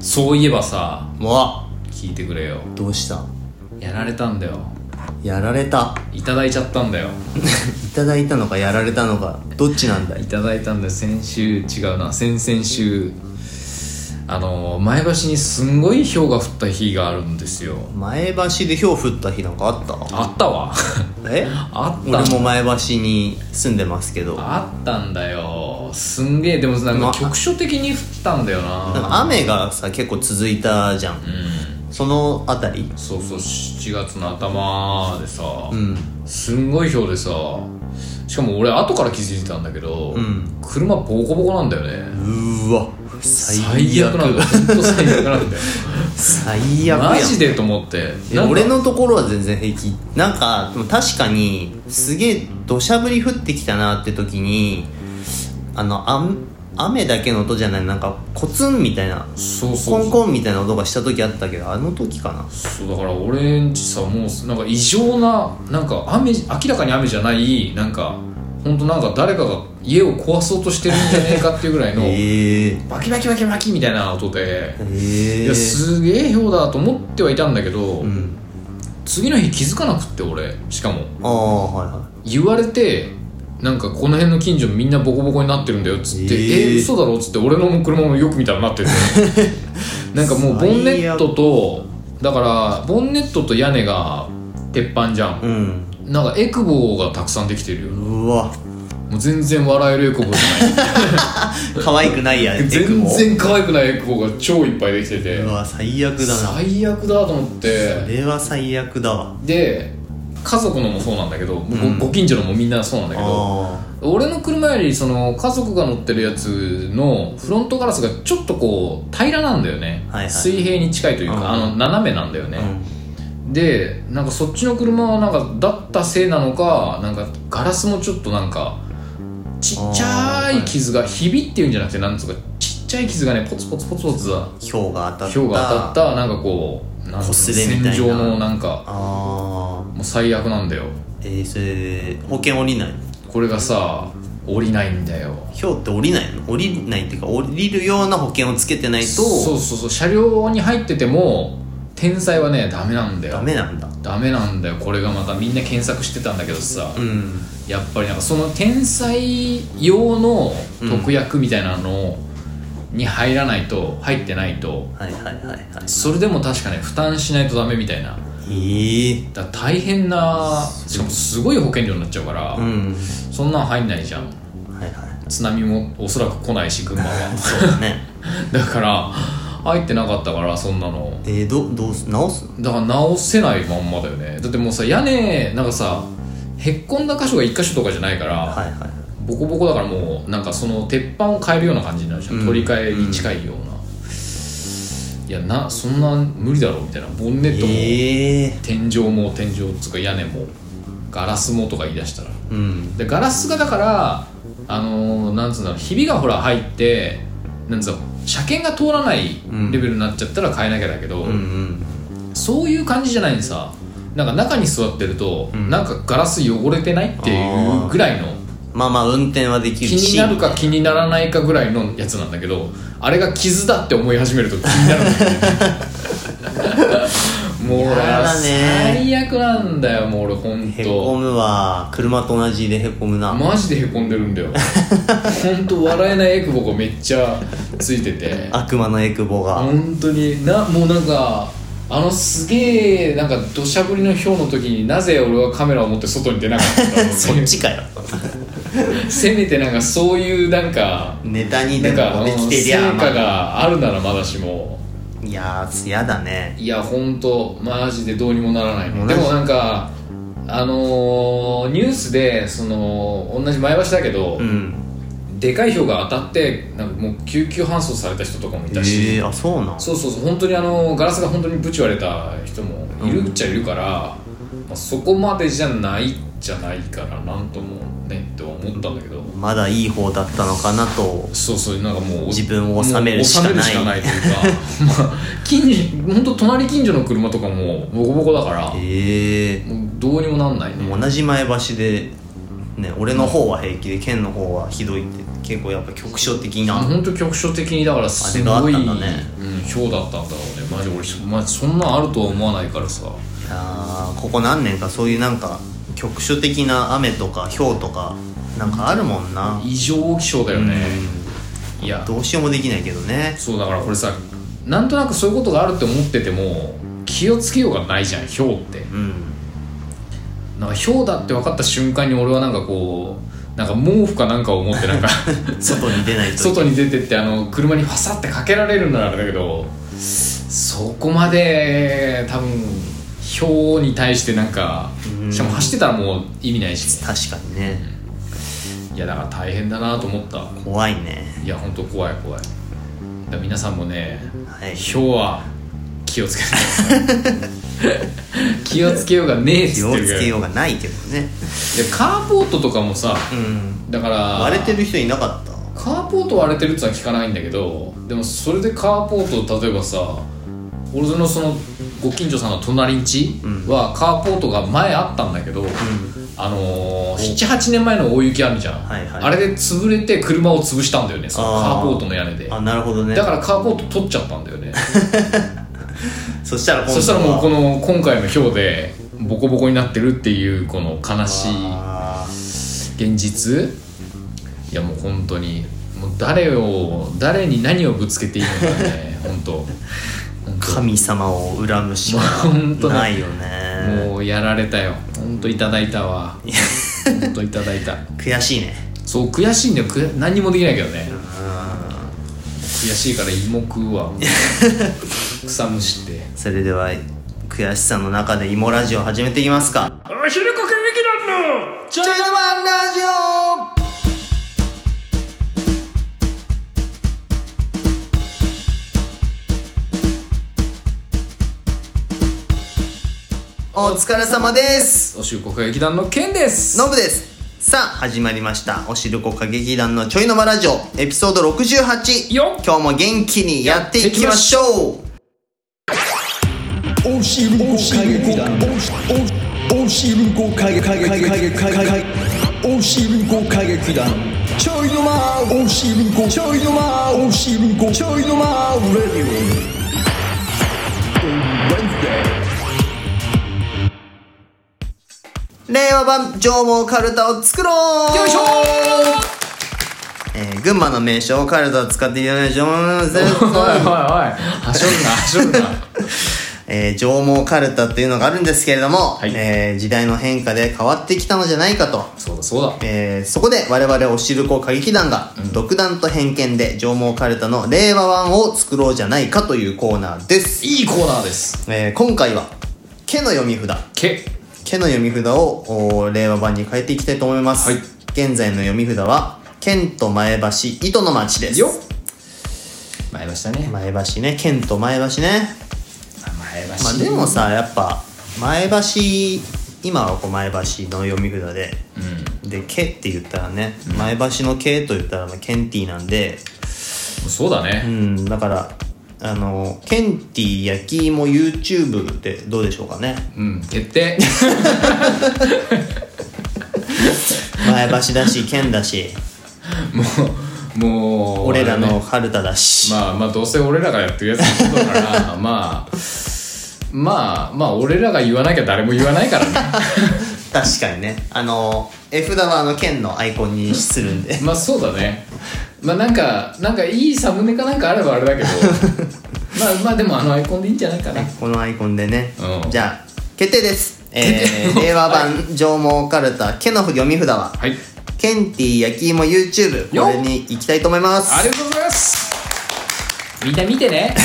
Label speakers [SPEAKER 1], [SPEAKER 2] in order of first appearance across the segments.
[SPEAKER 1] そういえばさ
[SPEAKER 2] も
[SPEAKER 1] 聞いてくれよ
[SPEAKER 2] うどうした
[SPEAKER 1] やられたんだよ
[SPEAKER 2] やられた
[SPEAKER 1] いただいちゃったんだよ
[SPEAKER 2] いただいたのかやられたのかどっちなんだい
[SPEAKER 1] いただいたんだよ先週違うな先々週あの前橋にすんごい氷が降った日があるんですよ
[SPEAKER 2] 前橋でひょう降った日なんかあった
[SPEAKER 1] あったわ
[SPEAKER 2] え
[SPEAKER 1] あった
[SPEAKER 2] 俺も前橋に住んでますけどなんか
[SPEAKER 1] あったんだよすんげえでもなんか
[SPEAKER 2] ま
[SPEAKER 1] 局所的に降ったんだよな
[SPEAKER 2] 雨がさ結構続いたじゃん、
[SPEAKER 1] うん
[SPEAKER 2] そのあたり
[SPEAKER 1] そうそう7月の頭でさ、
[SPEAKER 2] うん
[SPEAKER 1] すんごい氷でさしかも俺後から気づいたんだけど、
[SPEAKER 2] ん
[SPEAKER 1] 車ボコボコなんだよね
[SPEAKER 2] うーわ
[SPEAKER 1] 最悪なんだよ本当最悪なんだよ
[SPEAKER 2] 最 悪やん
[SPEAKER 1] マジでと思って
[SPEAKER 2] え
[SPEAKER 1] なんか
[SPEAKER 2] 俺のところは全然平気なんかでも確かにすげえ土砂降り降ってきたなって時にあのあん雨だけの音じゃないなんかコツンみたいな
[SPEAKER 1] そうそ
[SPEAKER 2] コ
[SPEAKER 1] う
[SPEAKER 2] ン
[SPEAKER 1] そう
[SPEAKER 2] コンみたいな音がした時あったけどあの時かな
[SPEAKER 1] そうだから俺んちさもうなんか異常ななんか雨明らかに雨じゃないなんか本当なんか誰かが家を壊そうとしてるんじゃねえかっていうぐらいの、
[SPEAKER 2] へ え
[SPEAKER 1] バキバキバキバキみたいな音で、
[SPEAKER 2] へ
[SPEAKER 1] いやすげえひょうだと思ってはいたんだけど、
[SPEAKER 2] うん
[SPEAKER 1] 次の日気づかなくって俺しかも
[SPEAKER 2] ああはいは
[SPEAKER 1] 言われてなんかこの辺の近所みんなボコボコになってるんだよっつって「え
[SPEAKER 2] えー
[SPEAKER 1] ー、嘘だろ?」っつって俺の車もよく見たらな ってるなんかもうボンネットとだからボンネットと屋根が鉄板じゃん
[SPEAKER 2] いうん
[SPEAKER 1] なんかエクボがたくさんできてるよ
[SPEAKER 2] うわ
[SPEAKER 1] もう全然笑えるエクボじ ゃな
[SPEAKER 2] 可愛くないや
[SPEAKER 1] い
[SPEAKER 2] ね
[SPEAKER 1] 全然可愛くないエクボが超いっぱいできてて
[SPEAKER 2] うわ最悪だな
[SPEAKER 1] 最悪だと思って
[SPEAKER 2] それは最悪だわ
[SPEAKER 1] で家族のもそうなんだけど、ご
[SPEAKER 2] うん
[SPEAKER 1] ご近所のもみんなそうなんだけど
[SPEAKER 2] あ
[SPEAKER 1] 俺の車よりその家族が乗ってるやつのフロントガラスがちょっとこう平らなんだよね、
[SPEAKER 2] はいはい
[SPEAKER 1] 水平に近いというか、
[SPEAKER 2] うん
[SPEAKER 1] あの斜めなんだよ
[SPEAKER 2] あ、
[SPEAKER 1] ね、でなんかそっちの車はなんかだったせいなのかなんかガラスもちょっとなんかちっちゃい傷がひびっていうんじゃなくてなんつうかちっちゃい傷がねポツポツポツポツだ
[SPEAKER 2] ひょうん氷が当たった
[SPEAKER 1] ひょうが当たったなんかこうなんつうの
[SPEAKER 2] こすれみたいな
[SPEAKER 1] 線状のなんか
[SPEAKER 2] ああ
[SPEAKER 1] もう最悪なんだよ
[SPEAKER 2] えー、それ保険降りない
[SPEAKER 1] これがさ降りないんだよ
[SPEAKER 2] ひょうって降りないの降りないっていうか降りるような保険をつけてないと
[SPEAKER 1] そうそうそう車両に入ってても天才はねダメなんだよ
[SPEAKER 2] ダメなんだ
[SPEAKER 1] ダメなんだよこれがまたみんな検索してたんだけどさ、
[SPEAKER 2] うん
[SPEAKER 1] やっぱりなんかその天才用の特約みたいなのに入らないと入ってないと
[SPEAKER 2] はいはいはいはい
[SPEAKER 1] それでも確かね負担しないとダメみたいな
[SPEAKER 2] ええ
[SPEAKER 1] だから大変なしかもすごい保険料になっちゃうから、
[SPEAKER 2] うん
[SPEAKER 1] そんなん入んないじゃん
[SPEAKER 2] はいはい
[SPEAKER 1] 津波もおそらく来ないし 群馬は
[SPEAKER 2] そうだね
[SPEAKER 1] だから入ってなかったからそんなの
[SPEAKER 2] えー、どどうす直すの
[SPEAKER 1] だから直せないまんまだよねだってもうさ屋根なんかさへっこんだ箇所が1箇所とかじゃないから、
[SPEAKER 2] はいはい
[SPEAKER 1] ボコボコだからもうなんかその鉄板を変えるような感じになるじゃん、
[SPEAKER 2] うん
[SPEAKER 1] 取り替えに近いような、いやなそんな無理だろうみたいなボンネットも、
[SPEAKER 2] ええ
[SPEAKER 1] 天井も天井っつうか屋根もガラスもとか言い出したら
[SPEAKER 2] うん
[SPEAKER 1] でガラスがだからあのーなんつうんだろうひびがほら入ってなんつうの車検が通らないレベルになっちゃったら変えなきゃだけど、
[SPEAKER 2] うんうん
[SPEAKER 1] そういう感じじゃないんさなんか中に座ってると、
[SPEAKER 2] ん
[SPEAKER 1] なんかガラス汚れてないっていうぐらいの
[SPEAKER 2] まあまあ運転はできる
[SPEAKER 1] 気
[SPEAKER 2] し
[SPEAKER 1] になるか気にならないかぐらいのやつなんだけどあれが傷だって思い始めると気になるんだよね もう俺
[SPEAKER 2] やだね
[SPEAKER 1] 最悪なんだよもう俺ほん
[SPEAKER 2] へことむわ車と同じでへこむな、
[SPEAKER 1] マジでへこんでるんだ よほんと笑えないエクボがめっちゃついてて
[SPEAKER 2] 悪魔のエクボが、
[SPEAKER 1] 本当になもうなんかあのすげえなんか土砂降りの氷の時になぜ俺はカメラを持って外に出なかったんだろう
[SPEAKER 2] そっちかよ
[SPEAKER 1] せめてなんかそういうなんか
[SPEAKER 2] ネタに
[SPEAKER 1] な
[SPEAKER 2] で
[SPEAKER 1] んかあ
[SPEAKER 2] も
[SPEAKER 1] の
[SPEAKER 2] できてり
[SPEAKER 1] 成
[SPEAKER 2] ゃ
[SPEAKER 1] 果があるならまだしも
[SPEAKER 2] いやーやだね
[SPEAKER 1] いや本当マジでどうにもならないね
[SPEAKER 2] 同
[SPEAKER 1] で
[SPEAKER 2] じ
[SPEAKER 1] もなんかあのーニュースでその同じ前橋だけど、
[SPEAKER 2] うん
[SPEAKER 1] でかい氷が当たってなんかもう救急搬送された人とかもいたし、
[SPEAKER 2] ええあそうなん
[SPEAKER 1] そうそうそう本当にあのガラスが本当にぶち割れた人もいるっちゃいるから、まあ、そこまでじゃないじゃないからなんともねって思ったんだけど、
[SPEAKER 2] まだいい方だったのかなと
[SPEAKER 1] そうそうなんかもう
[SPEAKER 2] 自分を収めるしかない
[SPEAKER 1] もう収めるしかないというかまあ近所本当隣近所の車とかもボコボコだからもう
[SPEAKER 2] ええ
[SPEAKER 1] どうにもなんないね
[SPEAKER 2] 同じ前橋でね俺の方は平気で県の方はひどいって結構やっぱ局所的
[SPEAKER 1] あ
[SPEAKER 2] な
[SPEAKER 1] 本当局所的にだからすごい
[SPEAKER 2] あれがあったんだね
[SPEAKER 1] うん、ひょうだったんだろうねマジ俺そ,、まあ、そんなんあるとは思わないからさ
[SPEAKER 2] あーここ何年かそういうなんか局所的な雨とか氷とかなんかあるもんな、
[SPEAKER 1] 異常気象だよね、いや
[SPEAKER 2] どうしようもできないけどね
[SPEAKER 1] そうだからこれさなんとなくそういうことがあるって思ってても気をつけようがないじゃんひょうって
[SPEAKER 2] うん
[SPEAKER 1] なんかひょうだって分かった瞬間に俺はなんかこうなんか毛布かなんかを持って なんか
[SPEAKER 2] 外に出ない と
[SPEAKER 1] 外に出てってあの車にファサってかけられるならあれだけどそこまで多分ひょうに対してなんか
[SPEAKER 2] うん
[SPEAKER 1] しかも走ってたらもう意味ないし
[SPEAKER 2] 確かにね
[SPEAKER 1] いやだから大変だなと思った
[SPEAKER 2] 怖いね
[SPEAKER 1] いや本当怖い怖いだから皆さんもね
[SPEAKER 2] はい
[SPEAKER 1] ひょうは気をつけてください気をつけようがねえっ
[SPEAKER 2] 気
[SPEAKER 1] つ
[SPEAKER 2] を
[SPEAKER 1] ってる
[SPEAKER 2] つ
[SPEAKER 1] から
[SPEAKER 2] け
[SPEAKER 1] で
[SPEAKER 2] ようがないけどね
[SPEAKER 1] カーポートとかもさ
[SPEAKER 2] うん
[SPEAKER 1] だから
[SPEAKER 2] 割れてる人いなかった
[SPEAKER 1] カーポート割れてるってのは聞かないんだけどでもそれでカーポート例えばさ俺のそのご近所さんの隣んち
[SPEAKER 2] うん
[SPEAKER 1] はカーポートが前あったんだけど、あのー、78年前の大雪あるじゃん、
[SPEAKER 2] はいはい
[SPEAKER 1] あれで潰れて車を潰したんだよねそのカ
[SPEAKER 2] あー
[SPEAKER 1] ーポートの屋根で
[SPEAKER 2] あなるほどね
[SPEAKER 1] だからカーポート取っちゃったんだよね
[SPEAKER 2] そしたら今度は
[SPEAKER 1] そしたらもうこの今回のひょうでボコボコになってるっていうこの悲しい
[SPEAKER 2] あー
[SPEAKER 1] 現実いやもう本当にもう誰を誰に何をぶつけていいのか ね本当本当
[SPEAKER 2] 神様を恨むしか
[SPEAKER 1] 本当ね
[SPEAKER 2] ないよね
[SPEAKER 1] もうやられたよ本当いただいたわ本当いただいた
[SPEAKER 2] 悔しいね
[SPEAKER 1] そう悔しいんだよく何にもできないけどね
[SPEAKER 2] うん
[SPEAKER 1] 悔しいから芋食 うわ草むしって
[SPEAKER 2] それでは悔しさの中で芋ラジオ始めていきますか
[SPEAKER 1] お昼国劇団の
[SPEAKER 2] ちょいのワンラジオお疲れ様です
[SPEAKER 1] お昼国劇団のケンです
[SPEAKER 2] ノブですさあ始まりましたおしるこ歌劇団のちょいのワラジオエピソード68
[SPEAKER 1] よっ
[SPEAKER 2] 今日も元気にやっていきましょう
[SPEAKER 3] おしるこかげこおおおしるこかげかげかげかげかげかげおしるこ歌劇団ちょいのまおしるこちょいのまおしるこちょいのまレディ
[SPEAKER 2] 令和版縄文カルタを作ろう
[SPEAKER 1] よいしょ
[SPEAKER 2] えー群馬の名所をカルタを使っていただいて
[SPEAKER 1] おいおいおい はしょるなはしょるな
[SPEAKER 2] えー、上毛カルタっていうのがあるんですけれども、
[SPEAKER 1] い
[SPEAKER 2] えー時代の変化で変わってきたのじゃないかと、
[SPEAKER 1] そうだそうだ
[SPEAKER 2] えーそこで我々おしるこ歌劇団が、独断と偏見で上毛カルタの令和版を作ろうじゃないかというコーナーです、
[SPEAKER 1] いいコーナーです
[SPEAKER 2] えー今回は「け」の読み札
[SPEAKER 1] け
[SPEAKER 2] 「け」の読み札をおー令和版に変えていきたいと思います、
[SPEAKER 1] はい
[SPEAKER 2] 現在の読み札は「県と前橋糸の町」です
[SPEAKER 1] よ前橋だね
[SPEAKER 2] 前橋ね県と前橋ね
[SPEAKER 1] 前橋
[SPEAKER 2] まあでもさやっぱ前橋今はこう前橋の読み札で、で「け」って言ったらね、前橋の「け」と言ったらまあケンティーなんで
[SPEAKER 1] そうだ
[SPEAKER 2] う
[SPEAKER 1] ね、
[SPEAKER 2] んだからあのケンティー焼き芋 YouTube ってどうでしょうかね
[SPEAKER 1] うん、決定
[SPEAKER 2] 前橋 だし県だし
[SPEAKER 1] もうもう
[SPEAKER 2] 俺ら
[SPEAKER 1] あれ
[SPEAKER 2] の
[SPEAKER 1] ね
[SPEAKER 2] カルタだし、
[SPEAKER 1] まあまあどうせ俺らがやってるやつのことだからまあまあまあ俺らが言わなきゃ誰も言わないからね
[SPEAKER 2] 確かにねあの絵札はあの県のアイコンにする んで
[SPEAKER 1] まあそうだねまあなんかなんかいいサムネかなんかあればあれだけどまあまあでもあのアイコンでいいんじゃないかな
[SPEAKER 2] このアイコンでね、
[SPEAKER 1] うん
[SPEAKER 2] じゃあ決定です、えー、令和版上毛カルタ「け」の読み札は
[SPEAKER 1] はい
[SPEAKER 2] ケンティー焼き芋 YouTube
[SPEAKER 1] よ
[SPEAKER 2] これに行きたいと思いま
[SPEAKER 1] あ
[SPEAKER 2] す
[SPEAKER 1] りがとうございますみんな見てね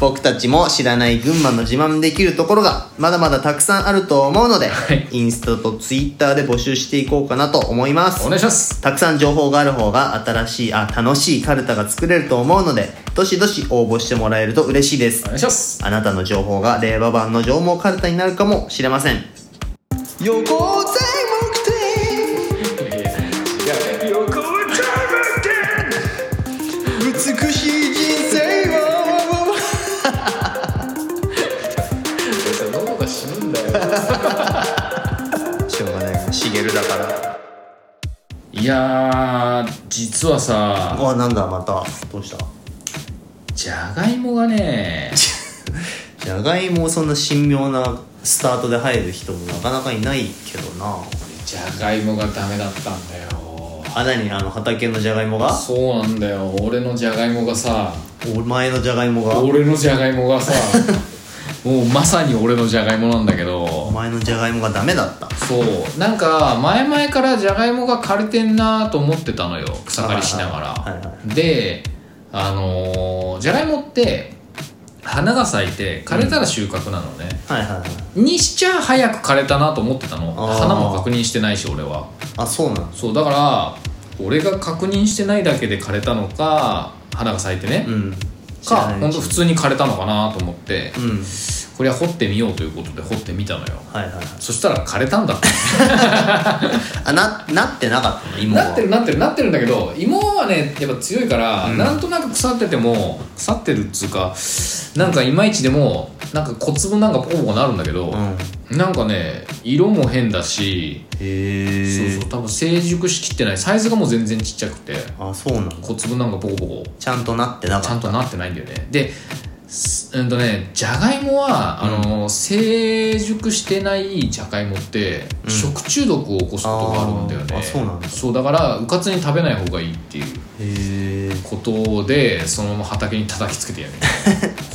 [SPEAKER 2] 僕たちも知らない群馬の自慢できるところがまだまだたくさんあると思うので、
[SPEAKER 1] はい
[SPEAKER 2] インスタとツイッターで募集していこうかなと思いま
[SPEAKER 1] お
[SPEAKER 2] す
[SPEAKER 1] 願いします
[SPEAKER 2] たくさん情報がある方が新しいあ楽しいカルタが作れると思うのでどしどし応募してもらえると嬉しいです
[SPEAKER 1] お願いします
[SPEAKER 2] あなたの情報が令和版の上毛カルタになるかもしれません
[SPEAKER 3] オ横材木亭美しい人生を
[SPEAKER 1] 喉が死ぬんだよ
[SPEAKER 2] しょうがないしげるだから
[SPEAKER 1] いいやー実はさ
[SPEAKER 2] あなんだまたどうした
[SPEAKER 1] じゃがいもがね
[SPEAKER 2] じゃがいもをそんな神妙なスタートで入る人もなかなかいないけどな
[SPEAKER 1] じゃがいもがダメだったんだよ
[SPEAKER 2] あ何あの畑のじゃがいもが
[SPEAKER 1] そうなんだよ俺のじゃがいもがさ
[SPEAKER 2] お前のじゃがいもが
[SPEAKER 1] 俺のじゃがいも がさもうまさに俺のじゃがいもなんだけど
[SPEAKER 2] お前のじゃがいもがダメだった
[SPEAKER 1] そうなんか前々からじゃがいもが枯れてんなと思ってたのよ草刈りしなが
[SPEAKER 2] はいはいは
[SPEAKER 1] らであのーじゃがいもって花が咲いて枯れたら収穫なのね、
[SPEAKER 2] はいはいはい
[SPEAKER 1] にしちゃ早く枯れたなと思ってたの
[SPEAKER 2] あー
[SPEAKER 1] 花も確認してないし俺は
[SPEAKER 2] あそうなん
[SPEAKER 1] そうだから俺が確認してないだけで枯れたのか花が咲いてね、
[SPEAKER 2] うん
[SPEAKER 1] かほん
[SPEAKER 2] ん
[SPEAKER 1] と普通に枯れたのかなと思って
[SPEAKER 2] うん
[SPEAKER 1] これは掘ってみようということで掘ってみたのよ
[SPEAKER 2] はいはいはい
[SPEAKER 1] そしたら枯れたんだって
[SPEAKER 2] あななってなかったの芋は
[SPEAKER 1] なってるなってるなってるんだけど芋はねやっぱ強いから、
[SPEAKER 2] うん
[SPEAKER 1] なんとなく腐ってても腐ってるっつうかなんかいまいちでもなんか小粒なんかポコポコなるんだけど
[SPEAKER 2] う、ん
[SPEAKER 1] なんかね色も変だし
[SPEAKER 2] へ
[SPEAKER 1] そ
[SPEAKER 2] え
[SPEAKER 1] うそう多分成熟しきってないサイズがもう全然ちっちゃくて
[SPEAKER 2] あそうなんだ
[SPEAKER 1] 小粒なんかボコボコ
[SPEAKER 2] ちゃんとなってな
[SPEAKER 1] ち
[SPEAKER 2] か
[SPEAKER 1] ゃ
[SPEAKER 2] っ
[SPEAKER 1] んとなってないんだよねですうんとねじゃがいもは、あの成熟してないじゃがいもって、
[SPEAKER 2] うん
[SPEAKER 1] 食中毒を起こすことがあるんだよね
[SPEAKER 2] あーあそうなんだ
[SPEAKER 1] そうだからうかつに食べない方がいいっていう
[SPEAKER 2] たへえ
[SPEAKER 1] ことでそのまま畑に叩きつけ てやる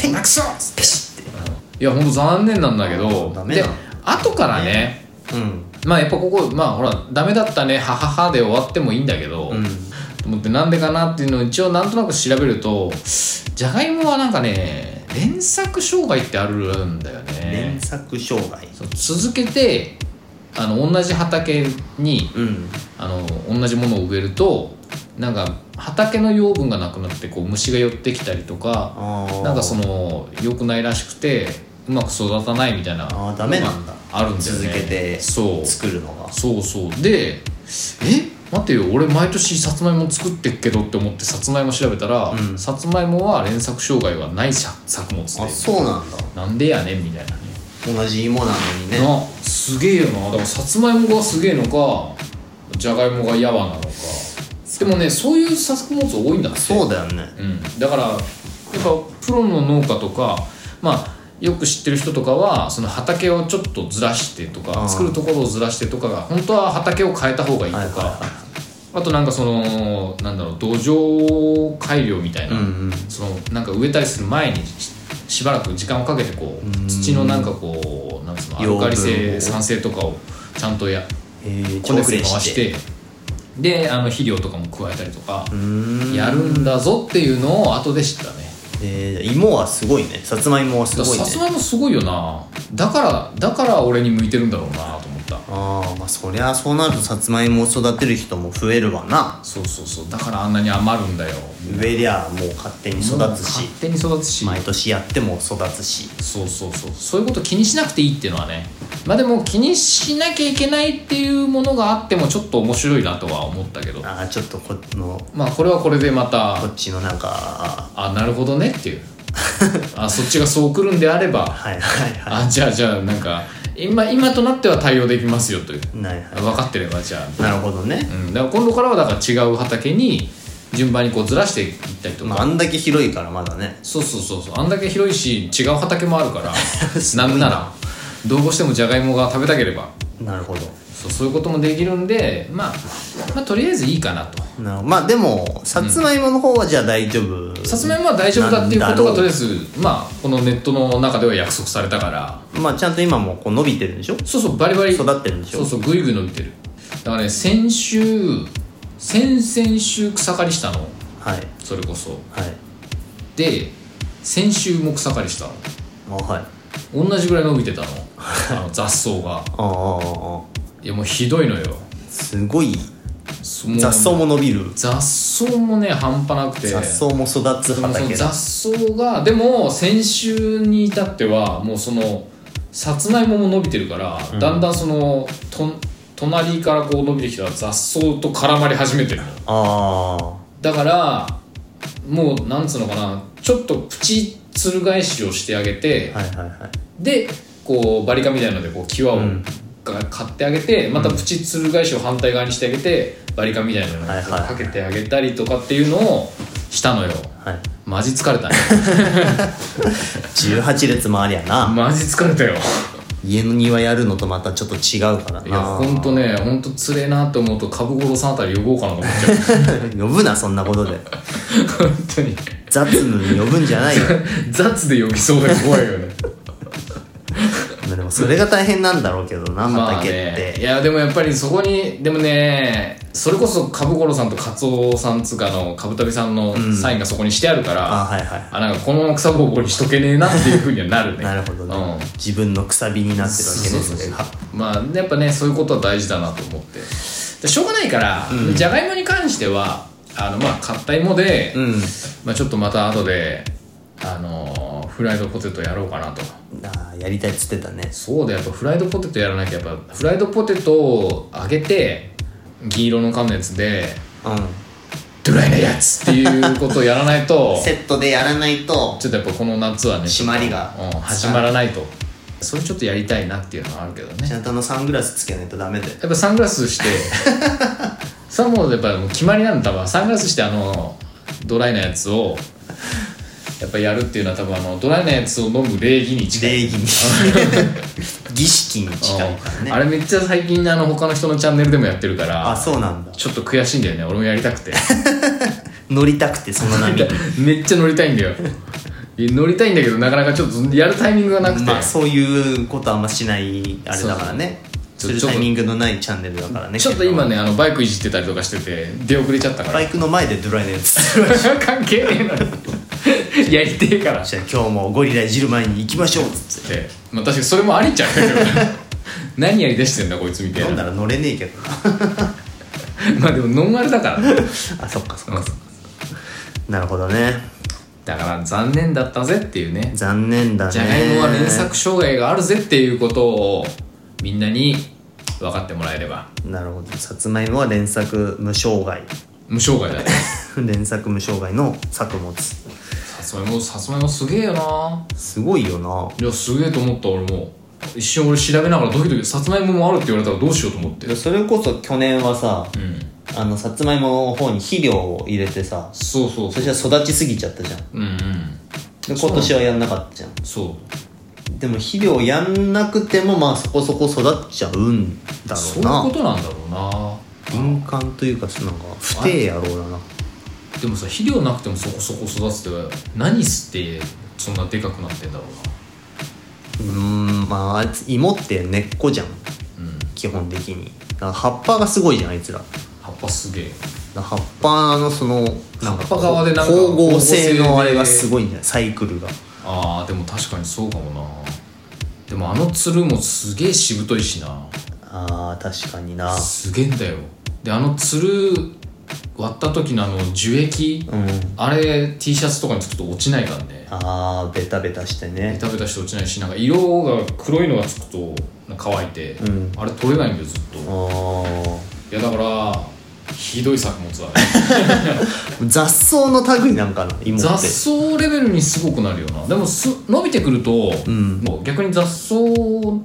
[SPEAKER 1] こんなくそっつってうんいやほんと残念なんだけど
[SPEAKER 2] ダメ
[SPEAKER 1] で
[SPEAKER 2] だ
[SPEAKER 1] 後からね
[SPEAKER 2] うん
[SPEAKER 1] まあやっぱここまあほらダメだったねはははで終わってもいいんだけど、
[SPEAKER 2] うん
[SPEAKER 1] と思ってなんでかなっていうのを一応なんとなく調べるとじゃがいもはなんかね連作障害ってあるんだよね
[SPEAKER 2] 連作障害
[SPEAKER 1] そう続けてあの同じ畑に
[SPEAKER 2] うん
[SPEAKER 1] あの同じものを植えるとなんか畑の養分がなくなってこう虫が寄ってきたりとか
[SPEAKER 2] ああ
[SPEAKER 1] なんかその良くないらしくてうまく育たないみたいな
[SPEAKER 2] あーダメなんだ
[SPEAKER 1] のがあるんだよね
[SPEAKER 2] 続けて
[SPEAKER 1] そう
[SPEAKER 2] 作るのが
[SPEAKER 1] そうそうでえ待てよ俺毎年さつまいも作ってっけどって思ってさつまいも調べたら、
[SPEAKER 2] うん
[SPEAKER 1] さつまいもは連作障害はない作作物で
[SPEAKER 2] あそうなんだ
[SPEAKER 1] なんでやねんみたいなね
[SPEAKER 2] 同じ芋なのにね
[SPEAKER 1] なすげえよなだからさつまいもがすげえのかじゃがいもがやわなのかでもねそういう作物多いんだって
[SPEAKER 2] そうだよね
[SPEAKER 1] うん、だからやっぱプロの農家とかまあよく知ってる人とかはその畑をちょっとずらしてと
[SPEAKER 2] う
[SPEAKER 1] か
[SPEAKER 2] ん
[SPEAKER 1] 作るところをずらしてとかが本当は畑を変えた方がいいと
[SPEAKER 2] はいはい
[SPEAKER 1] か
[SPEAKER 2] は
[SPEAKER 1] あとなんかそのなんだろう土壌改良みたいな、
[SPEAKER 2] うんうん
[SPEAKER 1] そのなんか植えたりする前にししばらく時間をかけてこ
[SPEAKER 2] うん
[SPEAKER 1] う土のなんかこうなんつうのアルカリ
[SPEAKER 2] 養分
[SPEAKER 1] 性
[SPEAKER 2] を
[SPEAKER 1] 酸性とかをちゃんとや
[SPEAKER 2] えー、
[SPEAKER 1] こねくり回
[SPEAKER 2] 調整
[SPEAKER 1] してであの肥料とかも加えたりとか
[SPEAKER 2] うーん
[SPEAKER 1] やるんだぞっていうのを後で知ったね
[SPEAKER 2] えー、芋はすごいねさつまいもはす
[SPEAKER 1] だか
[SPEAKER 2] ご
[SPEAKER 1] ら
[SPEAKER 2] いね
[SPEAKER 1] さつまいもすごいよなだからだから俺に向いてるんだろうなと思った
[SPEAKER 2] ああまあそりゃそうなるとさつまいもを育てる人も増えるわな
[SPEAKER 1] そうそうそうだからあんなに余るんだよ
[SPEAKER 2] 植えりゃもう勝手に育つし
[SPEAKER 1] 勝手に育つし
[SPEAKER 2] 毎年やっても育つし
[SPEAKER 1] そうそうそうそういうこと気にしなくていいっていうのはねまあでも気にしなきゃいけないっていうものがあってもちょっと面白いなとは思ったけど
[SPEAKER 2] ああちょっとこの
[SPEAKER 1] まあこれはこれでま
[SPEAKER 2] こ
[SPEAKER 1] た
[SPEAKER 2] っちのなんか
[SPEAKER 1] あなるほどねっていうあそっちがそう来るんであれば
[SPEAKER 2] はいはいは
[SPEAKER 1] あじゃあじゃあなんか今今となっては対応できますよという
[SPEAKER 2] いないは
[SPEAKER 1] 分かってればじゃあ
[SPEAKER 2] いなるほどね、
[SPEAKER 1] うん、だから今度からはだから違う畑に順番にこうずらしていったりとか、
[SPEAKER 2] まあ、あんだけ広いからまだね
[SPEAKER 1] そうそうそうそうあんだけ広いし違う畑もある からなんならどうしてもじゃがいもが食べたければ
[SPEAKER 2] なるほど
[SPEAKER 1] そうそういうこともできるんで、まあ、まあとりあえずいいかなと
[SPEAKER 2] なるほどまあでもさつまいもの方はじゃあ大丈夫、
[SPEAKER 1] さつまいもは大丈夫だっていうことが
[SPEAKER 2] なんだろう
[SPEAKER 1] とりあえず、まあ、このネットの中では約束されたから
[SPEAKER 2] まあちゃんと今もこう伸びてるんでしょ
[SPEAKER 1] そうそうバリバリ
[SPEAKER 2] 育ってるんでしょ
[SPEAKER 1] そうそうぐいぐい伸びてるだからね先週先々週草刈りしたの
[SPEAKER 2] はい
[SPEAKER 1] それこそ
[SPEAKER 2] はい
[SPEAKER 1] で先週も草刈りしたの
[SPEAKER 2] あはい
[SPEAKER 1] 同じぐらい伸びてた のあの雑草が
[SPEAKER 2] ああああ
[SPEAKER 1] いやもうひどいのよ
[SPEAKER 2] すごい
[SPEAKER 1] そもう
[SPEAKER 2] 雑草も伸びる
[SPEAKER 1] 雑草もね半端なくて
[SPEAKER 2] 雑草も育つ
[SPEAKER 1] でもその
[SPEAKER 2] 畑だ
[SPEAKER 1] 雑草がでも先週に至ってはもうそのさつまいもも伸びてるから、
[SPEAKER 2] ん
[SPEAKER 1] だんだんそのと隣からこう伸びてきた雑草と絡まり始めてるの
[SPEAKER 2] ああ
[SPEAKER 1] だからもうなんつうのかなちょっとプチつる返しをしてあげて、
[SPEAKER 2] はいはいはい
[SPEAKER 1] でこうバリカンみたいなのでこう際を
[SPEAKER 2] ん
[SPEAKER 1] か買ってあげてまたプチつる返しを反対側にしてあげてバリカンみたいなのを
[SPEAKER 2] はいはい
[SPEAKER 1] かけてあげたりとかっていうのをしたのよ
[SPEAKER 2] はい、
[SPEAKER 1] マジ疲れたね
[SPEAKER 2] 18列もありゃな
[SPEAKER 1] マジ疲れたよ
[SPEAKER 2] 家の庭やるのとまたちょっと違うからない
[SPEAKER 1] やほんとねほんとつれえなって思うと株五郎さんあたり呼ぼうかなと思っちゃう
[SPEAKER 2] 呼ぶなそんなことで
[SPEAKER 1] 本当に
[SPEAKER 2] 雑務に呼ぶんじゃないよ
[SPEAKER 1] 雑で呼びそうで怖いよね
[SPEAKER 2] でもそれが大変なんだろうけどな
[SPEAKER 1] まあ
[SPEAKER 2] 畑っ
[SPEAKER 1] ね、い
[SPEAKER 2] て、
[SPEAKER 1] やでもやっぱりそこにでもねそれこそカブゴロさんとカツオさんつうかあのカブタビさんのサインがそこにしてあるから、
[SPEAKER 2] あはいはい
[SPEAKER 1] あなんかこのまま草ぼうぼうにしとけねえなっていうふうにはなるね
[SPEAKER 2] なるほどね、
[SPEAKER 1] うん
[SPEAKER 2] 自分のくさびになってるわけ
[SPEAKER 1] そう
[SPEAKER 2] ね
[SPEAKER 1] そうそ
[SPEAKER 2] それ
[SPEAKER 1] う
[SPEAKER 2] が
[SPEAKER 1] まあやっぱねそういうことは大事だなと思ってでしょうがないから、じゃがいもに関してはあのまあ買った芋で、
[SPEAKER 2] うん
[SPEAKER 1] まあ、ちょっとまた後であのーフライドポテトやろうかなと
[SPEAKER 2] あーやりたいっつってたね
[SPEAKER 1] そうだよやっぱフライドポテトやらなきゃやっぱフライドポテトを揚げて銀色の缶のやつで
[SPEAKER 2] うん
[SPEAKER 1] ドライなやつっていうことをやらない と
[SPEAKER 2] セットでやらないと
[SPEAKER 1] ちょっとやっぱこの夏はね
[SPEAKER 2] 締まりが
[SPEAKER 1] うん、始まらないとそれちょっとやりたいなっていうのはあるけどね
[SPEAKER 2] ちゃんとあのサングラスつけないとダメで
[SPEAKER 1] やっぱサングラスして さあもうやっぱもう決まりなんだ多分サングラスしてあのドライなやつをやっぱやるっていうのは多分あのドライなやつを飲む礼儀に近い
[SPEAKER 2] 礼儀に 儀式に近いから
[SPEAKER 1] う
[SPEAKER 2] ね
[SPEAKER 1] んあれめっちゃ最近あの他の人のチャンネルでもやってるから
[SPEAKER 2] あそうなんだ
[SPEAKER 1] ちょっと悔しいんだよね俺もやりたくて
[SPEAKER 2] 乗りたくてその波に
[SPEAKER 1] めっちゃ乗りたいんだよいや乗りたいんだけどなかなかちょっとやるタイミングがなくて、
[SPEAKER 2] まあそういうことあんましないあれだからね
[SPEAKER 1] そ
[SPEAKER 2] す
[SPEAKER 1] う
[SPEAKER 2] るタイミングのないチャンネルだからね
[SPEAKER 1] ちょっと今
[SPEAKER 2] ね
[SPEAKER 1] ねあのバイクいじってたりとかしてて出遅れちゃったか
[SPEAKER 2] バ
[SPEAKER 1] ら
[SPEAKER 2] イクの前でドライのや つ
[SPEAKER 1] 関係ねえのに やりてえからっ
[SPEAKER 2] じゃあ今日もゴリラいじる前に行きましょうっつって
[SPEAKER 1] て、まあ、確かにそれもありっちゃうけ ど何やりだしてんだこいつみたい
[SPEAKER 2] 飲ん
[SPEAKER 1] な
[SPEAKER 2] だら乗れねえけどな
[SPEAKER 1] まあでもノンアルだからね、
[SPEAKER 2] あそっかそっ
[SPEAKER 1] うん
[SPEAKER 2] かなるほどね
[SPEAKER 1] だから残念だったぜっていうね
[SPEAKER 2] 残念だね
[SPEAKER 1] じゃがいもは連作障害があるぜっていうことをみんなに分かってもらえれば
[SPEAKER 2] なるほどさつまいもは連作無障害
[SPEAKER 1] 無障害だね
[SPEAKER 2] 連作無障害の作物
[SPEAKER 1] さつまいもさつまいもすげえよな
[SPEAKER 2] すごいよない
[SPEAKER 1] やすげえと思った俺も一瞬俺調べながらドキドキさつまいももあるって言われたらどうしようと思って
[SPEAKER 2] でそれこそ去年はさ
[SPEAKER 1] うん
[SPEAKER 2] あのさつまいもの方に肥料を入れてさ
[SPEAKER 1] そうそう
[SPEAKER 2] そしたら育ちすぎちゃったじゃん
[SPEAKER 1] うんうん
[SPEAKER 2] で今年はやんなかったじゃん
[SPEAKER 1] そ
[SPEAKER 2] でも肥料やんなくてもまあそこそこ育っちゃうんだ
[SPEAKER 1] うそ
[SPEAKER 2] ろ
[SPEAKER 1] う
[SPEAKER 2] う
[SPEAKER 1] いうこ
[SPEAKER 2] な
[SPEAKER 1] となんだろうな
[SPEAKER 2] 敏感というかそのなんか不定野郎だな
[SPEAKER 1] でもさ肥料なくてもそこそこ育つって何吸ってそんなでかくなってんだろ
[SPEAKER 2] うーんまああいつ芋って根っこじゃん
[SPEAKER 1] うなうん
[SPEAKER 2] 基本的にだから葉っぱがすごいじゃんあいつらだか
[SPEAKER 1] 葉っぱすげえ
[SPEAKER 2] ら葉っぱのそのな
[SPEAKER 1] 葉
[SPEAKER 2] んか
[SPEAKER 1] っぱ側でなんか
[SPEAKER 2] 光合成
[SPEAKER 1] 光合成
[SPEAKER 2] の
[SPEAKER 1] で
[SPEAKER 2] あれがすごいんじゃないサイクルが
[SPEAKER 1] あーでも確かにそうかもなでもあのつるもすげえしぶといしな
[SPEAKER 2] あー確かにな
[SPEAKER 1] すげえんだよであのつる割った時のあの樹液、
[SPEAKER 2] うん
[SPEAKER 1] あれ T シャツとかにつくと落ちないからね
[SPEAKER 2] あーベタベタして
[SPEAKER 1] ベ
[SPEAKER 2] ね
[SPEAKER 1] タベタして落ちないしなんか色が黒いのがつくとなんか乾いて、
[SPEAKER 2] ん
[SPEAKER 1] あれ取れないんだよずっと、
[SPEAKER 2] あ
[SPEAKER 1] いや
[SPEAKER 2] ー
[SPEAKER 1] だからひどい作物だね
[SPEAKER 2] 雑草の類なんかな芋って
[SPEAKER 1] 雑草レベルにすごくなるよなでもす伸びてくると、
[SPEAKER 2] ん
[SPEAKER 1] もう逆に雑草を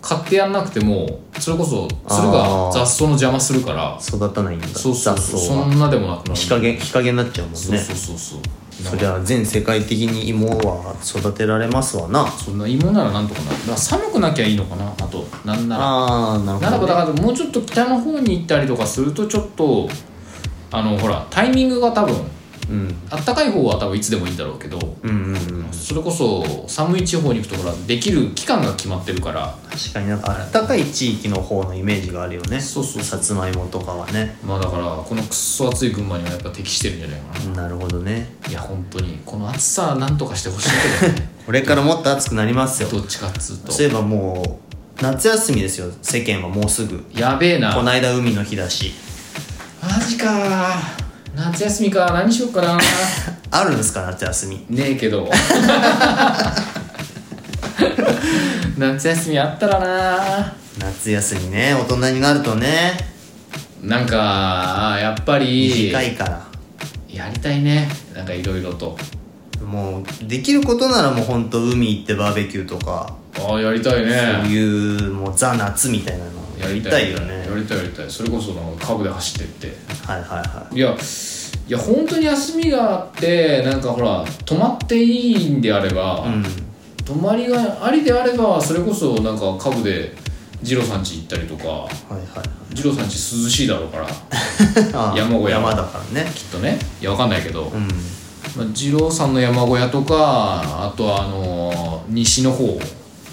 [SPEAKER 1] 買ってやんなくてもそれこそつるが
[SPEAKER 2] あー
[SPEAKER 1] 雑草の邪魔するから
[SPEAKER 2] 育たないんだ
[SPEAKER 1] そうそう
[SPEAKER 2] 雑
[SPEAKER 1] そう
[SPEAKER 2] 草
[SPEAKER 1] そ
[SPEAKER 2] は
[SPEAKER 1] んなでもなくなる
[SPEAKER 2] 日陰日陰になっちゃうもんね
[SPEAKER 1] そうそうそうそう
[SPEAKER 2] そりゃ全世界的に芋は育てられますわな
[SPEAKER 1] そんな芋ならなんとかなるだから寒くなきゃいいのかなあとなんなら
[SPEAKER 2] ああなるほど、ね、
[SPEAKER 1] ならばだからもうちょっと北の方に行ったりとかするとちょっとあのほらタイミングが多分
[SPEAKER 2] うん
[SPEAKER 1] あったかい方は多分いつでもいいんだろうけど
[SPEAKER 2] うんうんうん
[SPEAKER 1] それこそ寒い地方に行くとほらできる期間が決まってるから
[SPEAKER 2] 確かになんかあったかい地域の方のイメージがあるよね
[SPEAKER 1] そうそうそう
[SPEAKER 2] さつまいもとかはね
[SPEAKER 1] まあだからこのくっそ暑い群馬にはやっぱ適してるんじゃないかな
[SPEAKER 2] なるほどね
[SPEAKER 1] いや本当にこの暑さはなんとかしてほしいけど ね
[SPEAKER 2] これからもっと暑くなりますよ
[SPEAKER 1] どっちかっつうと
[SPEAKER 2] そういえばもう夏休みですよ世間はもうすぐ
[SPEAKER 1] やべえな
[SPEAKER 2] こないだ海の日だし
[SPEAKER 1] マジか夏休みか何しよっかな
[SPEAKER 2] あるんですか夏休み
[SPEAKER 1] ねえけど 夏休みあったらな
[SPEAKER 2] 夏休みね大人になるとね
[SPEAKER 1] なんかやっぱり
[SPEAKER 2] 短いから
[SPEAKER 1] やりたいねなんかいろいろと
[SPEAKER 2] もうできることならもうほんと海行ってバーベキューとか
[SPEAKER 1] あああやりたいね
[SPEAKER 2] そういうもうザ夏みたいなのやりたいよね
[SPEAKER 1] やりたいやりたいそれこそなんかカブで走ってって
[SPEAKER 2] はいはいはい
[SPEAKER 1] いやいや本当に休みがあってなんかほら泊まっていいんであれば、
[SPEAKER 2] うん
[SPEAKER 1] 泊まりがありであればそれこそなんかカブで二郎さん家行ったりとか
[SPEAKER 2] はいはい
[SPEAKER 1] 二郎さん家涼しいだろうからき
[SPEAKER 2] あ
[SPEAKER 1] 山小屋
[SPEAKER 2] 山だからね
[SPEAKER 1] っとねいやわかんないけど、
[SPEAKER 2] うん
[SPEAKER 1] まあ、二郎さんの山小屋とかあとはあのー西の方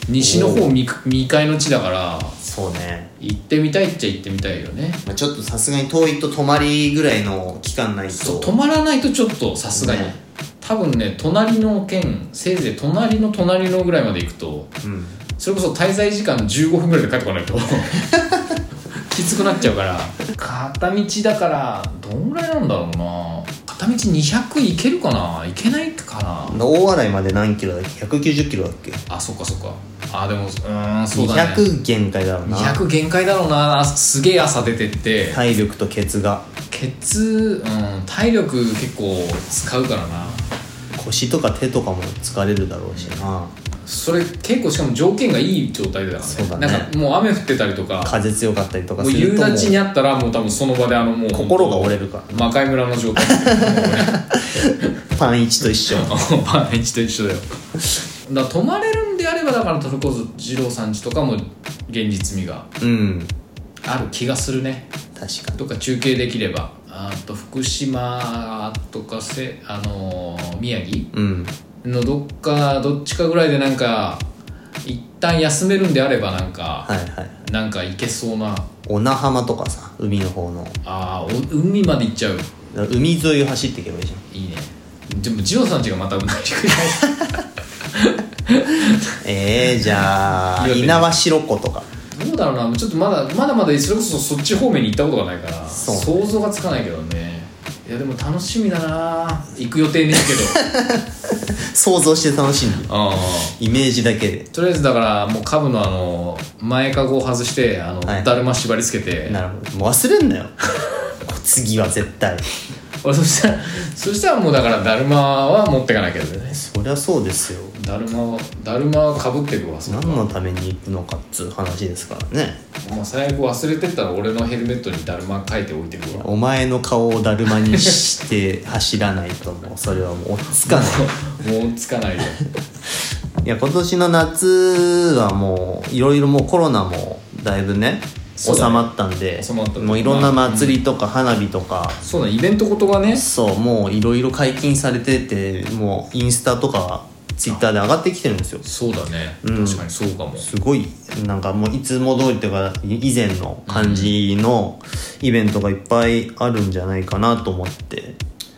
[SPEAKER 1] 西の方未未開の地だから
[SPEAKER 2] そうね、
[SPEAKER 1] 行ってみたいっちゃ行ってみたいよね
[SPEAKER 2] まあ、ちょっとさすがに遠いと泊まりぐらいの期間ない
[SPEAKER 1] そう
[SPEAKER 2] と
[SPEAKER 1] 泊まらないとちょっとさすがに、
[SPEAKER 2] ね
[SPEAKER 1] 多分ね隣の県せいぜい隣の隣のぐらいまで行くと
[SPEAKER 2] うん
[SPEAKER 1] それこそ滞在時間15分ぐらいで帰ってこないときつくなっちゃうから片道だからどんぐらいなんだろうな片道200いけるかないけないかな
[SPEAKER 2] 大洗まで何キロだっけ190キロだっけ
[SPEAKER 1] あそっかそっかあでもうーんそうだね
[SPEAKER 2] 200限界だろうな
[SPEAKER 1] 200, 限界だろうなすげえ朝出てって
[SPEAKER 2] 体力とケツが
[SPEAKER 1] ケツ、うん、体力結構使うからな
[SPEAKER 2] 腰とか手とかも疲れるだろうしな
[SPEAKER 1] それ結構しかも条件がいい状態だからね
[SPEAKER 2] そうだね
[SPEAKER 1] なんかもう雨降ってたりとか
[SPEAKER 2] 風強かったりとか
[SPEAKER 1] もう
[SPEAKER 2] する
[SPEAKER 1] 夕
[SPEAKER 2] ともう
[SPEAKER 1] 立にあったらもう多分その場であのもう
[SPEAKER 2] 心が折れるから
[SPEAKER 1] 魔界村の状態も
[SPEAKER 2] パン一と一緒
[SPEAKER 1] うねパンイチと一緒だよだから泊まれるんであればだからそれこそ二郎さん家とかも現実味が
[SPEAKER 2] うん
[SPEAKER 1] ある気がするね
[SPEAKER 2] 確かに
[SPEAKER 1] とか中継できればあと福島とかせあのー宮城
[SPEAKER 2] うん
[SPEAKER 1] のどっかどっちかぐらいでなんか一旦休めるんであればなんか、
[SPEAKER 2] はいはい
[SPEAKER 1] なんか行けそうな
[SPEAKER 2] 小名浜とかさ海の方の
[SPEAKER 1] あーお海まで行っちゃう
[SPEAKER 2] 海沿いを走っていけばいいじゃん
[SPEAKER 1] いいねでも二郎さんちがまたうなりく
[SPEAKER 2] えー、じゃあ
[SPEAKER 1] いや
[SPEAKER 2] 猪苗代湖とか
[SPEAKER 1] らいどうだろうなちょっとまだまだまだそれこそそっち方面に行ったことがないから、
[SPEAKER 2] そうね
[SPEAKER 1] 想像がつかないけどねいやでも楽しみだな行く予定ね えけど
[SPEAKER 2] 想像して楽しんでる
[SPEAKER 1] ああ
[SPEAKER 2] イメージだけで
[SPEAKER 1] とりあえずだからもうカブのあの前かごを外してあの、
[SPEAKER 2] はい
[SPEAKER 1] だるま縛り付けて
[SPEAKER 2] なるほどもう忘れ んなよ次は絶対
[SPEAKER 1] 俺そしたらそしたらもうだからだるまは持ってかなきゃね
[SPEAKER 2] そりゃそうですよ
[SPEAKER 1] だるまはだるまはかぶってくわそ
[SPEAKER 2] 何のために行くのかっつう話ですからね
[SPEAKER 1] まあ、最悪忘れてったら俺のヘルメットにだるま書いておいてくわ
[SPEAKER 2] お前の顔をだるまにして走らないともうそれはもう落ち着かない
[SPEAKER 1] もうつかないよ
[SPEAKER 2] いや今年の夏はもういろいろもうコロナもだいぶね
[SPEAKER 1] そう
[SPEAKER 2] 収
[SPEAKER 1] だね
[SPEAKER 2] まったんで
[SPEAKER 1] 収まったね
[SPEAKER 2] もういろんな祭りとか花火とか、
[SPEAKER 1] そうだイベントごとがね
[SPEAKER 2] そうもういろいろ解禁されててもうインスタとかツイッターで上がってきてるんですよ
[SPEAKER 1] そうだね、
[SPEAKER 2] うん
[SPEAKER 1] 確かにそうかも
[SPEAKER 2] すごいなんかもういつも通りというか以前の感じのイベントがいっぱいあるんじゃないかなと思って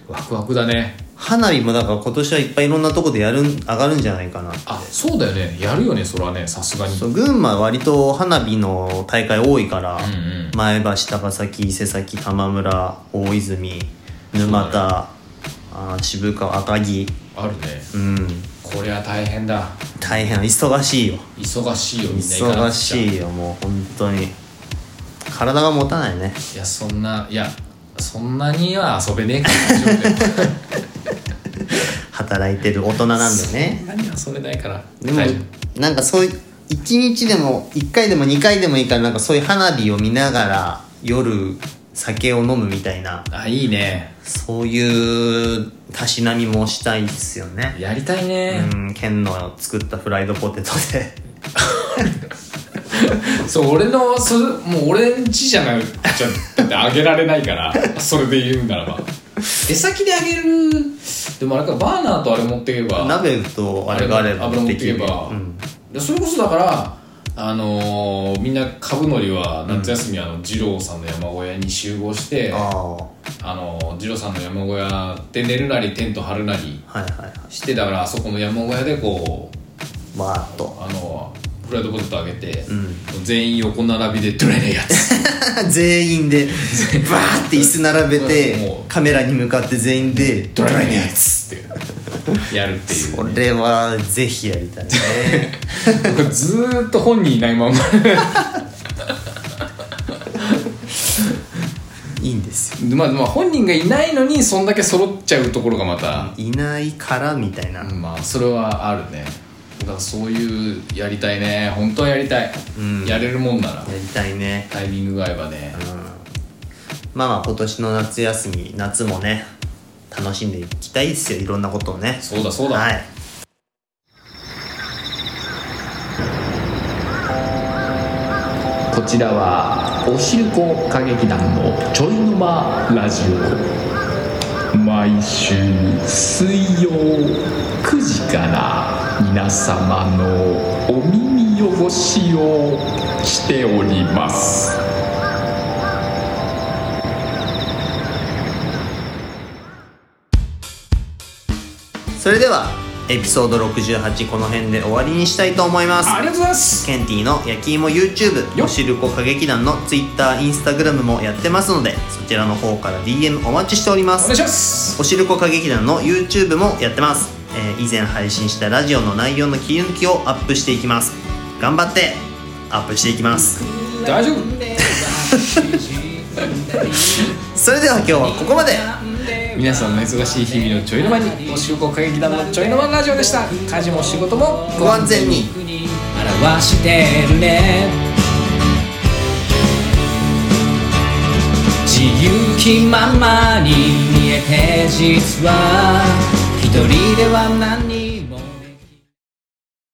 [SPEAKER 1] ワクワクだね
[SPEAKER 2] 花火もだから今年はいっぱいいろんなとこでやるん上がるんじゃないかな
[SPEAKER 1] あそうだよねやるよねそれはねさすがに
[SPEAKER 2] そう群馬は割と花火の大会多いから、
[SPEAKER 1] んうん
[SPEAKER 2] 前橋高崎伊勢崎玉村大泉沼田、あー渋川赤城
[SPEAKER 1] あるね
[SPEAKER 2] うん
[SPEAKER 1] こりゃ大変だ
[SPEAKER 2] 大変忙しいよ
[SPEAKER 1] 忙しいよみんな行かな
[SPEAKER 2] 忙
[SPEAKER 1] くちゃ
[SPEAKER 2] しいよもう本当に体が持たないね
[SPEAKER 1] いやそんないやそんなには遊べねえから大丈夫 だよ
[SPEAKER 2] 働いてる大人なんだよね
[SPEAKER 1] 何遊べないから
[SPEAKER 2] でも
[SPEAKER 1] 大丈夫
[SPEAKER 2] なんかそういう一日でも1回でも2回でもいいからなんかそういう花火を見ながら夜酒を飲むみたいな
[SPEAKER 1] あいいね
[SPEAKER 2] そういうたしなみもしたいですよね
[SPEAKER 1] やりたいね、
[SPEAKER 2] うん県の作ったフライドポテトで
[SPEAKER 1] そう俺のそれもう俺んちじゃないじゃだってあげられないから それで言うならば出先であげるでもあれかバーナーとあれ持っていけば
[SPEAKER 2] 鍋とあれがあれば
[SPEAKER 1] 油持ってい
[SPEAKER 2] る
[SPEAKER 1] けば、
[SPEAKER 2] うん
[SPEAKER 1] でそれこそだからあのーみんな株のりは夏休み、あの二郎さんの山小屋に集合して
[SPEAKER 2] あ
[SPEAKER 1] あ
[SPEAKER 2] あは
[SPEAKER 1] のー二郎さんの山小屋で寝るなりテント張るなり
[SPEAKER 2] いはいはい
[SPEAKER 1] してだからあそこの山小屋でこう
[SPEAKER 2] わーっと
[SPEAKER 1] あのフライドポテトあげて、
[SPEAKER 2] う
[SPEAKER 1] 全員横並びで取れないやつ
[SPEAKER 2] 全員でバーって椅子並べ
[SPEAKER 1] も
[SPEAKER 2] て
[SPEAKER 1] う
[SPEAKER 2] カメラに向かって全員で「
[SPEAKER 1] ドライの
[SPEAKER 2] イ
[SPEAKER 1] やつ ってやるっていう
[SPEAKER 2] これはぜひやりたいね
[SPEAKER 1] 僕ずーっと本人いないま ま
[SPEAKER 2] いいんですよ
[SPEAKER 1] まあまあ本人がいないのにそんだけ揃っちゃうところがまた、
[SPEAKER 2] いないからみたいな、
[SPEAKER 1] まあそれはあるねだからそういうやりたいね本当はやりたい、
[SPEAKER 2] うん
[SPEAKER 1] やれるもんなら
[SPEAKER 2] やりたいね
[SPEAKER 1] タイミングが合えばね、
[SPEAKER 2] まあまあ今年の夏休み夏もね楽しんでいきたいですよいろんなことをね
[SPEAKER 1] そうだそうだ、
[SPEAKER 2] はい
[SPEAKER 1] こちらはおしるこ歌劇団のちょいの間ラジオ毎週水曜9時から皆様のお耳汚しをしております
[SPEAKER 2] それではエピソード68この辺で終わりにしたいと思います
[SPEAKER 1] ありがとうございます
[SPEAKER 2] ケンティの焼き芋 YouTube
[SPEAKER 1] よ
[SPEAKER 2] おしるこ歌劇団の Twitter、Instagram もやってますのでそちらの方から DM お待ちしておりま
[SPEAKER 1] お
[SPEAKER 2] す
[SPEAKER 1] 願いします
[SPEAKER 2] おしるこ歌劇団の YouTube もやってます、えー以前配信したラジオの内容の切り抜きをアップしていきます頑張ってアップしていきます
[SPEAKER 1] 大丈夫
[SPEAKER 2] それでは今日はここまで
[SPEAKER 1] 皆さんの忙しい日々のちょいの間におしるこ歌劇団のちょいの間ラジオでした家事も仕事も
[SPEAKER 2] ご安全に
[SPEAKER 4] 表してるね自由気ままに見えて実は一人では何も